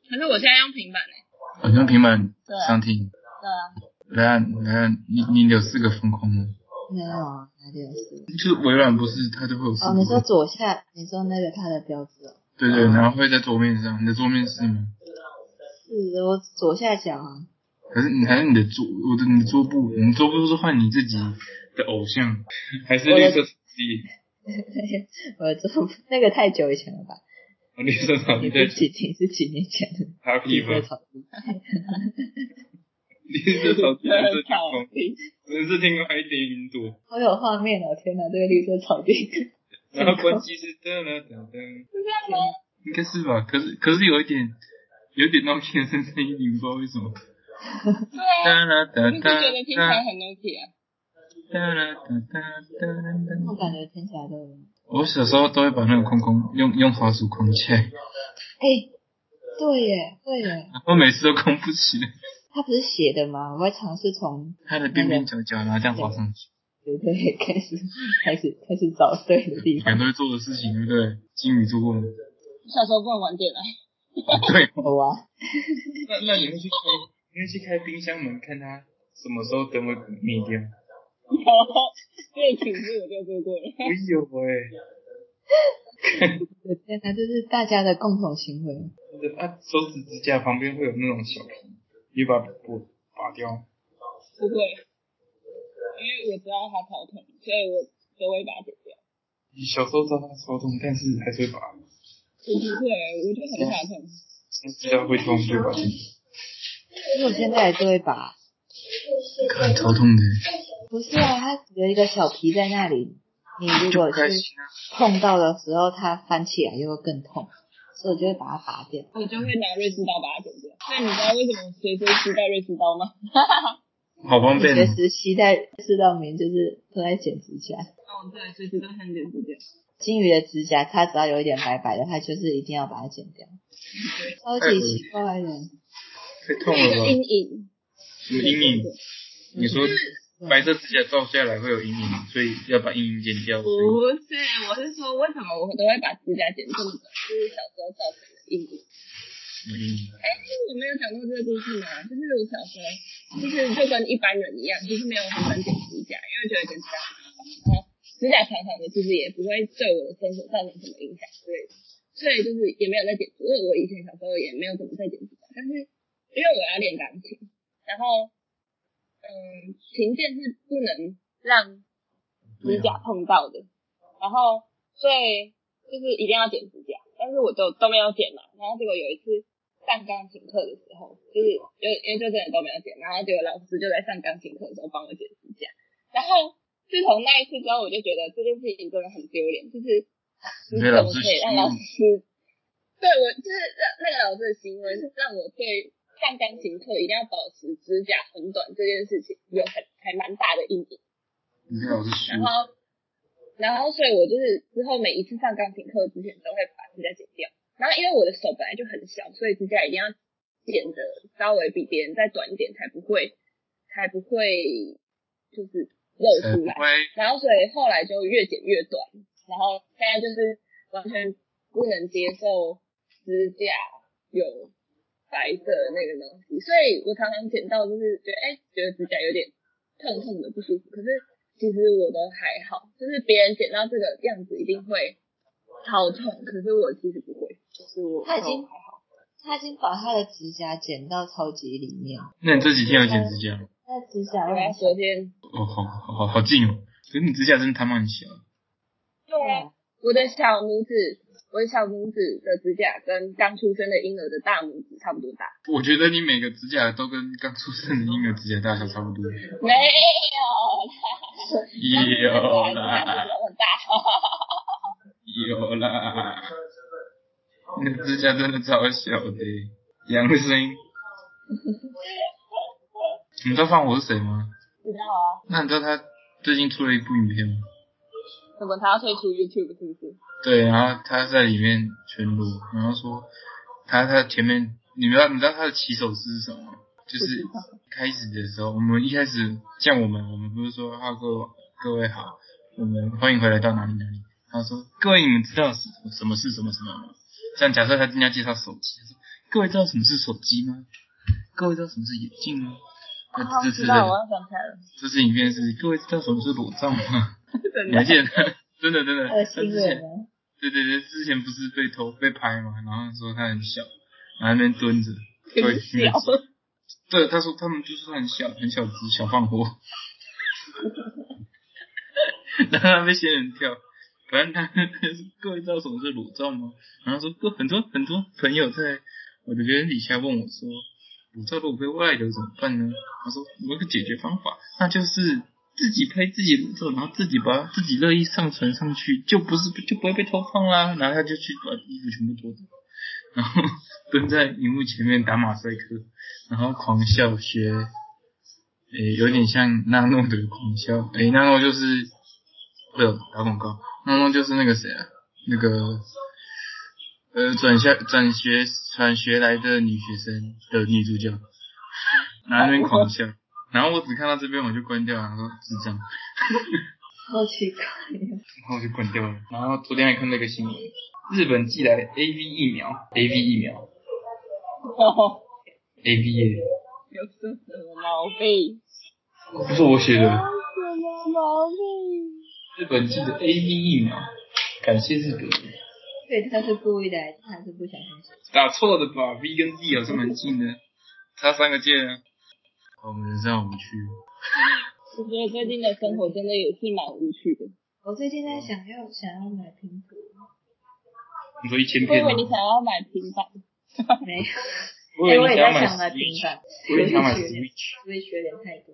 Speaker 3: 可是我现在用平板诶、
Speaker 1: 我用平板
Speaker 3: 对啊
Speaker 1: 上听，
Speaker 3: 对
Speaker 1: 来
Speaker 3: 啊，
Speaker 1: 啊来啊，你你有四个方框吗？
Speaker 2: 没有啊，哪里有事？
Speaker 1: 就是微软不是它都会有四个
Speaker 2: 哦，
Speaker 1: 框，
Speaker 2: 你说左下，你说那个它的标志哦，
Speaker 1: 对对，然后会在桌面上，你的桌面是吗？
Speaker 2: 是我左下角啊。
Speaker 1: 还是你还是你的桌，我的你的桌布，你的桌布是换你自己的偶像，还是
Speaker 2: 我的
Speaker 1: 绿色草地？
Speaker 2: 我这 那个太久以前了吧？
Speaker 1: 哦绿色草
Speaker 2: 你
Speaker 1: 地
Speaker 2: 是
Speaker 1: 在
Speaker 2: 几你是几年前的
Speaker 1: Happy
Speaker 2: 绿色
Speaker 1: 吧？
Speaker 2: 草地？
Speaker 1: 绿色草地，蓝色天
Speaker 3: 好
Speaker 1: 空，蓝色天空还一点云 朵，
Speaker 2: 好有画面哦！天哪，这个绿色草地，
Speaker 1: 然后关机是噔噔噔噔。
Speaker 3: 是这样吗？
Speaker 1: 应该是吧？可是可是有一点，有一点 Nokia 的声音，不知道为什么。
Speaker 3: 对啊，
Speaker 1: 哒啦哒
Speaker 3: 你是
Speaker 1: 哒
Speaker 3: 觉得听起来
Speaker 1: 哒
Speaker 3: 很 Nokia？
Speaker 1: 哒啦哒哒哒
Speaker 2: 我感觉听起来都有。
Speaker 1: 我小时候都会把那个框框用用滑鼠框起来，
Speaker 2: 哎、对耶，会耶。
Speaker 1: 然后每次都框不起来，
Speaker 2: 它不是斜的吗？我会尝试从
Speaker 1: 它的边边角角，然后这样滑上去，
Speaker 2: 对对开始开始开始找对的地
Speaker 1: 每个 人。
Speaker 2: 方
Speaker 1: 都会做的事情，对不对？金鱼做过吗？
Speaker 3: 小时候不能玩 电脑，
Speaker 1: 啊对。
Speaker 2: 有啊，
Speaker 1: 那那你会去开，你会去开冰箱门看它什么时候灯会灭掉？
Speaker 3: 有这个情绪我就做过了。
Speaker 1: 我有哎、
Speaker 2: 我天哪，这是大家的共同行为。
Speaker 1: 对啊，手指指甲旁边会有那种小皮，你把我拔掉。
Speaker 3: 不会，因为我知道它头疼，所以我都会把它剪掉。
Speaker 1: 你小时候知道它超痛，但是还是会拔，
Speaker 3: 我不会，我就很怕痛。
Speaker 1: 先知道会痛就把它剪掉。
Speaker 2: 因为我现在也就会把，
Speaker 1: 看超痛的，
Speaker 2: 不是啊，它有一个小皮在那里，你如
Speaker 1: 就
Speaker 2: 果
Speaker 1: 不
Speaker 2: 去
Speaker 1: 开心啊。
Speaker 2: 碰到的时候，它翻起来就会更痛，所以我就会把它拔掉。
Speaker 3: 我就会拿瑞士刀把它剪掉。那你知道为什么随身携带瑞士刀吗？
Speaker 1: 好方便
Speaker 2: 随
Speaker 1: 哦，
Speaker 2: 时期待知道明就是都在剪指甲。
Speaker 3: 哦，对，随时都很剪指甲。
Speaker 2: 金鱼的指甲，它只要有一点白白的，它就是一定要把它剪掉，超级奇怪的。
Speaker 1: 太痛
Speaker 3: 是一
Speaker 1: 了
Speaker 3: 个
Speaker 1: 吧？
Speaker 3: 阴影。
Speaker 1: 什么阴影？你说白色指甲照下来会有阴影，所以要把阴影剪
Speaker 3: 哦
Speaker 1: 掉。所以
Speaker 3: 不是，我是说为什么我都会把指甲剪这么短，就是小时候造成的阴影。
Speaker 1: 什么阴影？
Speaker 3: 哎，我没有讲过这个故事吗？就是我小时候，就是就跟一般人一样，就是没有很喜欢剪指甲，因为觉得剪指甲很麻烦，然后指甲长长的，其实也不会对我的生活造成什么影响之类的，所以就是也没有在剪，因为我以前小时候也没有怎么在剪指甲，但是因为我要练钢琴，然后嗯，琴键是不能让
Speaker 1: 啊
Speaker 3: 指甲碰到的，然后所以就是一定要剪指甲，但是我就都没有剪嘛，然后结果有一次上钢琴课的时候，就是因为因为就真的都没有剪，然后结果老师就在上钢琴课的时候帮我剪指甲，然后自从那一次之后，我就觉得这件事情真的很丢脸，就是你
Speaker 1: 对老
Speaker 3: 怎么
Speaker 1: 师
Speaker 3: 可以让
Speaker 1: 羞辱
Speaker 3: 老师对我就是让那个老师的行为是让我对上钢琴课一定要保持指甲很短这件事情有很还蛮大的阴影。
Speaker 1: 你看老师输
Speaker 3: 然，后，然后，所以我就是之后每一次上钢琴课之前都会把指甲剪掉。然后，因为我的手本来就很小，所以指甲一定要剪的稍微比别人再短一点，才不会，才不会就是露
Speaker 1: 才不
Speaker 3: 出来。
Speaker 1: 会
Speaker 3: 然后所以后来就越剪越短，然后现在就是完全不能接受指甲有白色的那个东西，所以我常常剪到就是觉得哎、觉得指甲有点痛痛的不舒服，可是其实我都还好，就是别人剪到这个样子一定会超痛，可是我其实不会，就是我
Speaker 2: 他已经
Speaker 3: 都还好。
Speaker 2: 他已经把他的指甲剪到超级里面，
Speaker 1: 那你这几天有剪指甲吗？
Speaker 2: 那指甲
Speaker 3: 我
Speaker 2: 为
Speaker 3: 要
Speaker 2: 什么
Speaker 3: 昨天
Speaker 1: 哦，好好好好近哦。可是你指甲真的他妈很小，
Speaker 3: 对啊，我的小拇指，我的小拇指的指甲跟刚出生的婴儿的大拇指差不多大。
Speaker 1: 我觉得你每个指甲都跟刚出生的婴儿指甲大小差不多。
Speaker 3: 没
Speaker 1: 有
Speaker 3: 有啦，刚出生的
Speaker 1: 啦，
Speaker 3: 那么大。
Speaker 1: 有 啦，你的指甲真的超小的，杨森。 你知道放火是谁吗？
Speaker 3: 知道啊，
Speaker 1: 那你知道他最近出了一部影片吗？
Speaker 3: 怎么他要退出 YouTube 是不是？
Speaker 1: 对，然后他在里面全裸，然后说他他前面，你知道你知道他的起手式是什么吗？就是开始的时候，我们一开始像我们，我们不是说哈各位各位好，我们欢迎回来到哪里哪里。他说各位你们知道什什么是什么什么吗？像假设他今天要介绍手机，他说各位知道什么是手机吗？各位知道什么是眼镜吗？那这次
Speaker 3: 知道，我
Speaker 1: 的
Speaker 3: 要想起来了，
Speaker 1: 这次影片是各位知道什么是裸照吗？
Speaker 3: 真
Speaker 1: 你还
Speaker 3: 的。
Speaker 1: 记得他？真的真的，他
Speaker 2: 恶 心
Speaker 1: 之
Speaker 2: 人啊
Speaker 1: 前
Speaker 2: 呢？
Speaker 1: 对对对，之前不是被偷被拍嘛，然后说他很小，然后在那边蹲着，对，对，他说他们就说他很小，很小只，小放火， 然后他被仙人跳，反正他各位知道什么是裸照吗？然后说各很多很多朋友在我的留言底下问我说，裸照如果被外流怎么办呢？他说我有个解决方法，那就是。自己拍自己裸照，然后自己把自己乐意上传上去，就不是就不会被偷放啦。然后他就去把衣服全部脱掉，然后 蹲在荧幕前面打马赛克，然后狂笑学，诶，有点像纳诺的狂笑，诶，纳诺就是，不是打广告，纳诺就是那个谁啊，那个，呃，转校转学转学来的女学生的女主角，然后在那边狂笑，然后我只看到这边我就关掉了，然后说智障，
Speaker 2: 超奇怪的，
Speaker 1: 然后我就关掉了，然后昨天还看到一个新闻，日本寄来 A V 疫苗，A V 疫苗
Speaker 3: 哦，
Speaker 1: ，A V 耶，
Speaker 3: 有什么毛病？
Speaker 1: 不是我写的。
Speaker 3: 什么毛病？
Speaker 1: 日本记得 A V 疫苗，感谢日本。
Speaker 2: 所以他是故意的，还是他是不小心剪？
Speaker 1: 打错的吧？V 跟 D 好像蛮近的，差三个键啊。我们人生我们去，
Speaker 3: 我觉得最近的生活真的也是蛮无趣的。
Speaker 2: 我最近在想要想要买拼图，
Speaker 1: 你说一千
Speaker 3: 我以
Speaker 1: 片吗
Speaker 3: 为？你想要买平板，
Speaker 2: 没有，
Speaker 1: 我以
Speaker 2: 哎
Speaker 1: 为
Speaker 2: 我
Speaker 1: 你
Speaker 2: 也
Speaker 1: 想要
Speaker 2: 在
Speaker 1: 买
Speaker 2: 想买
Speaker 1: Switch，
Speaker 2: 平板，
Speaker 1: 我以为你想买
Speaker 2: 有点
Speaker 1: Switch，
Speaker 2: Switch 有点太多。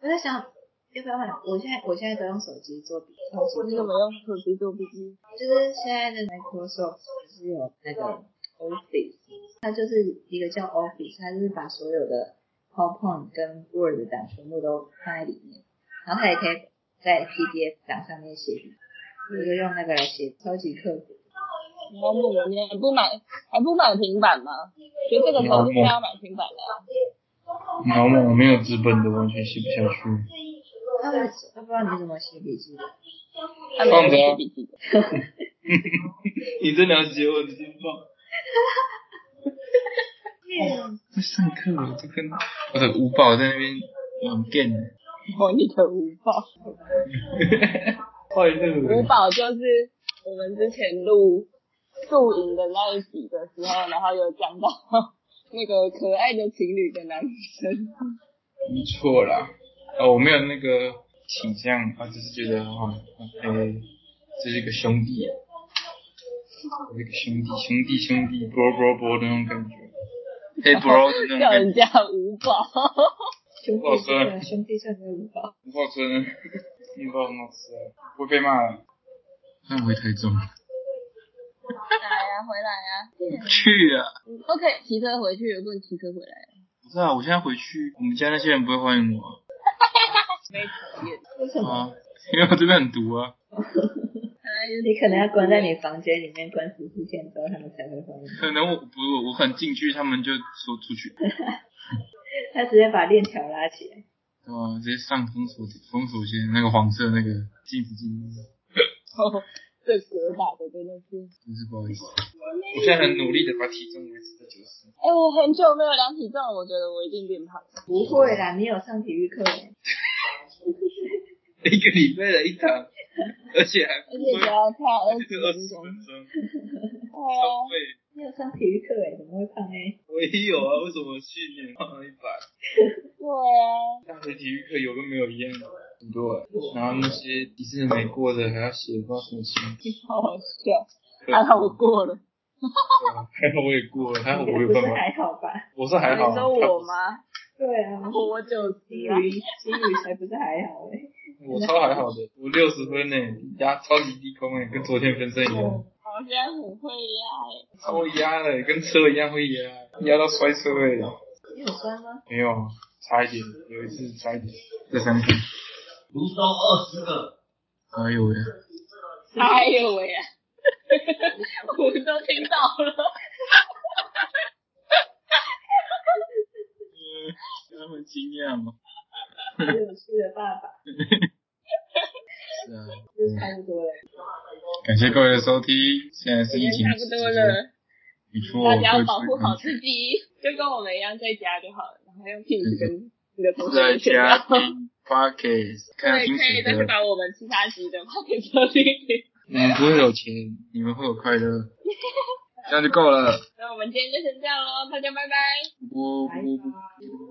Speaker 2: 我在想，要不要买？我现在我现在都用手机做笔记，
Speaker 3: 我怎么用手机做笔记？
Speaker 2: 就是现在的 Microsoft 就是有那个 Office，它就是一个叫 Office，它就是把所有的 PowerPoint 跟 Word 档全部都放在里面，然后它也可以在 PDF 档上面写笔记，我就用那个来写，超级刻苦。
Speaker 3: 然后你们不买，还不买平板吗？觉得这个时候就是要买平板了。
Speaker 1: 然后我没有资本的，完全写不下去。
Speaker 2: 那我我不知道你怎么写笔记的，
Speaker 3: 他们有写笔记的，
Speaker 1: 你真了解我的情况。哦在上课，我就跟我的五宝在那边玩 game 呢。
Speaker 3: 我你的五宝，
Speaker 1: 欢迎那
Speaker 3: 五宝就是我们之前录宿营的那一集的时候，然后有讲到 那个可爱的情侣的男 生，
Speaker 1: 没错啦，哦，我没有那个倾向，我只是觉得哦，哎、这是一个兄弟，这是一个兄弟，兄弟兄弟，bro bro bro 的那种感觉，嘿 bro 的那种
Speaker 3: 叫
Speaker 1: 感
Speaker 3: 人
Speaker 1: 觉，
Speaker 3: 家五宝。
Speaker 2: 兄
Speaker 1: 哇
Speaker 2: 弟
Speaker 1: 塞
Speaker 2: 算兄弟算没有吧？
Speaker 1: 很好吃， 面包很好吃，会被骂了。那回台中
Speaker 3: 来呀、回来呀、
Speaker 1: 去啊！
Speaker 3: 你都可以骑车回去，不能骑车回来。
Speaker 1: 不是啊，我现在回去，我们家那些人不会欢迎我啊
Speaker 3: 没讨厌，
Speaker 2: 为什么？
Speaker 1: 啊， 因为我这边很毒啊。
Speaker 3: 哎
Speaker 2: 你可能要关在你房间里面关十四天之后，他们才会欢迎你。
Speaker 1: 可能我不是我很进去，他们就说出去，
Speaker 2: 他直接把链条拉起来。
Speaker 1: 对吧？哦直接上封锁封锁线那个黄色那个进不进？
Speaker 3: 哦，这蛇打的真的是。
Speaker 1: 真是不好意思，我现在很努力的把体重维持在九十。
Speaker 3: 哎、我很久没有量体重了，我觉得我一定变胖了。
Speaker 2: 不会啦，你有上体育课耶。
Speaker 1: 一个礼拜的一堂，而且还
Speaker 3: 而
Speaker 1: 不
Speaker 3: 且
Speaker 1: 会
Speaker 3: 只要跳二十
Speaker 1: 二
Speaker 3: 分
Speaker 1: 十
Speaker 3: 钟，
Speaker 1: 分钟，
Speaker 3: 对
Speaker 1: 超
Speaker 3: 啊，
Speaker 1: 费。
Speaker 2: 你有上体育课哎，怎么会胖哎？
Speaker 1: 我也有啊，为什么去年胖了一百？
Speaker 3: 对啊，
Speaker 1: 大学体育课有跟没有一样，很多、欸。然后那些一次没过的还要写不知道什么信。
Speaker 3: 好好笑。
Speaker 1: 嗯
Speaker 3: 还好我过了，
Speaker 1: 啊还好我也过了，还好我有
Speaker 2: 不
Speaker 1: 办
Speaker 2: 是
Speaker 1: 法。
Speaker 2: 还好吧？
Speaker 1: 我是还好。啊
Speaker 3: 你说我？吗？
Speaker 2: 对啊，
Speaker 3: 我我九
Speaker 2: 金
Speaker 3: 十啊，
Speaker 2: 鱼金鱼才不是还好哎。
Speaker 1: 我超还好的，我六十分呢、压超级低空哎、跟昨天分身一样，
Speaker 3: 好像很会压欸
Speaker 1: 超压的、跟车一样会压，压到摔车哎、
Speaker 2: 欸你有酸吗？
Speaker 1: 没有，啊差一点，有一次差一点，这三天。
Speaker 5: 泸州二十个，
Speaker 1: 哎呦喂、
Speaker 3: 哎呦喂啊！我都听到了，
Speaker 1: 他们惊讶吗？
Speaker 2: 有趣的爸爸，
Speaker 1: 是啊，
Speaker 2: 这差不多了。
Speaker 1: 感谢各位的收听，现在是疫情
Speaker 3: 差不多了。
Speaker 1: 没错，
Speaker 3: 大家要保护好自己，就跟我们一样在家就好了，然后用 Teams 跟你的同
Speaker 1: 在
Speaker 3: 学炫
Speaker 1: 家
Speaker 3: 耀。
Speaker 1: 听 podcast，看
Speaker 3: 对，
Speaker 1: 听
Speaker 3: 可以，
Speaker 1: 谁
Speaker 3: 但是
Speaker 1: 的。
Speaker 3: 把我们其他集的话给收进去。
Speaker 1: 我们不会有钱，你们会有快 乐，这样就够了。
Speaker 3: 那我们今天就先这样喽，大家拜拜。
Speaker 1: 不不不不不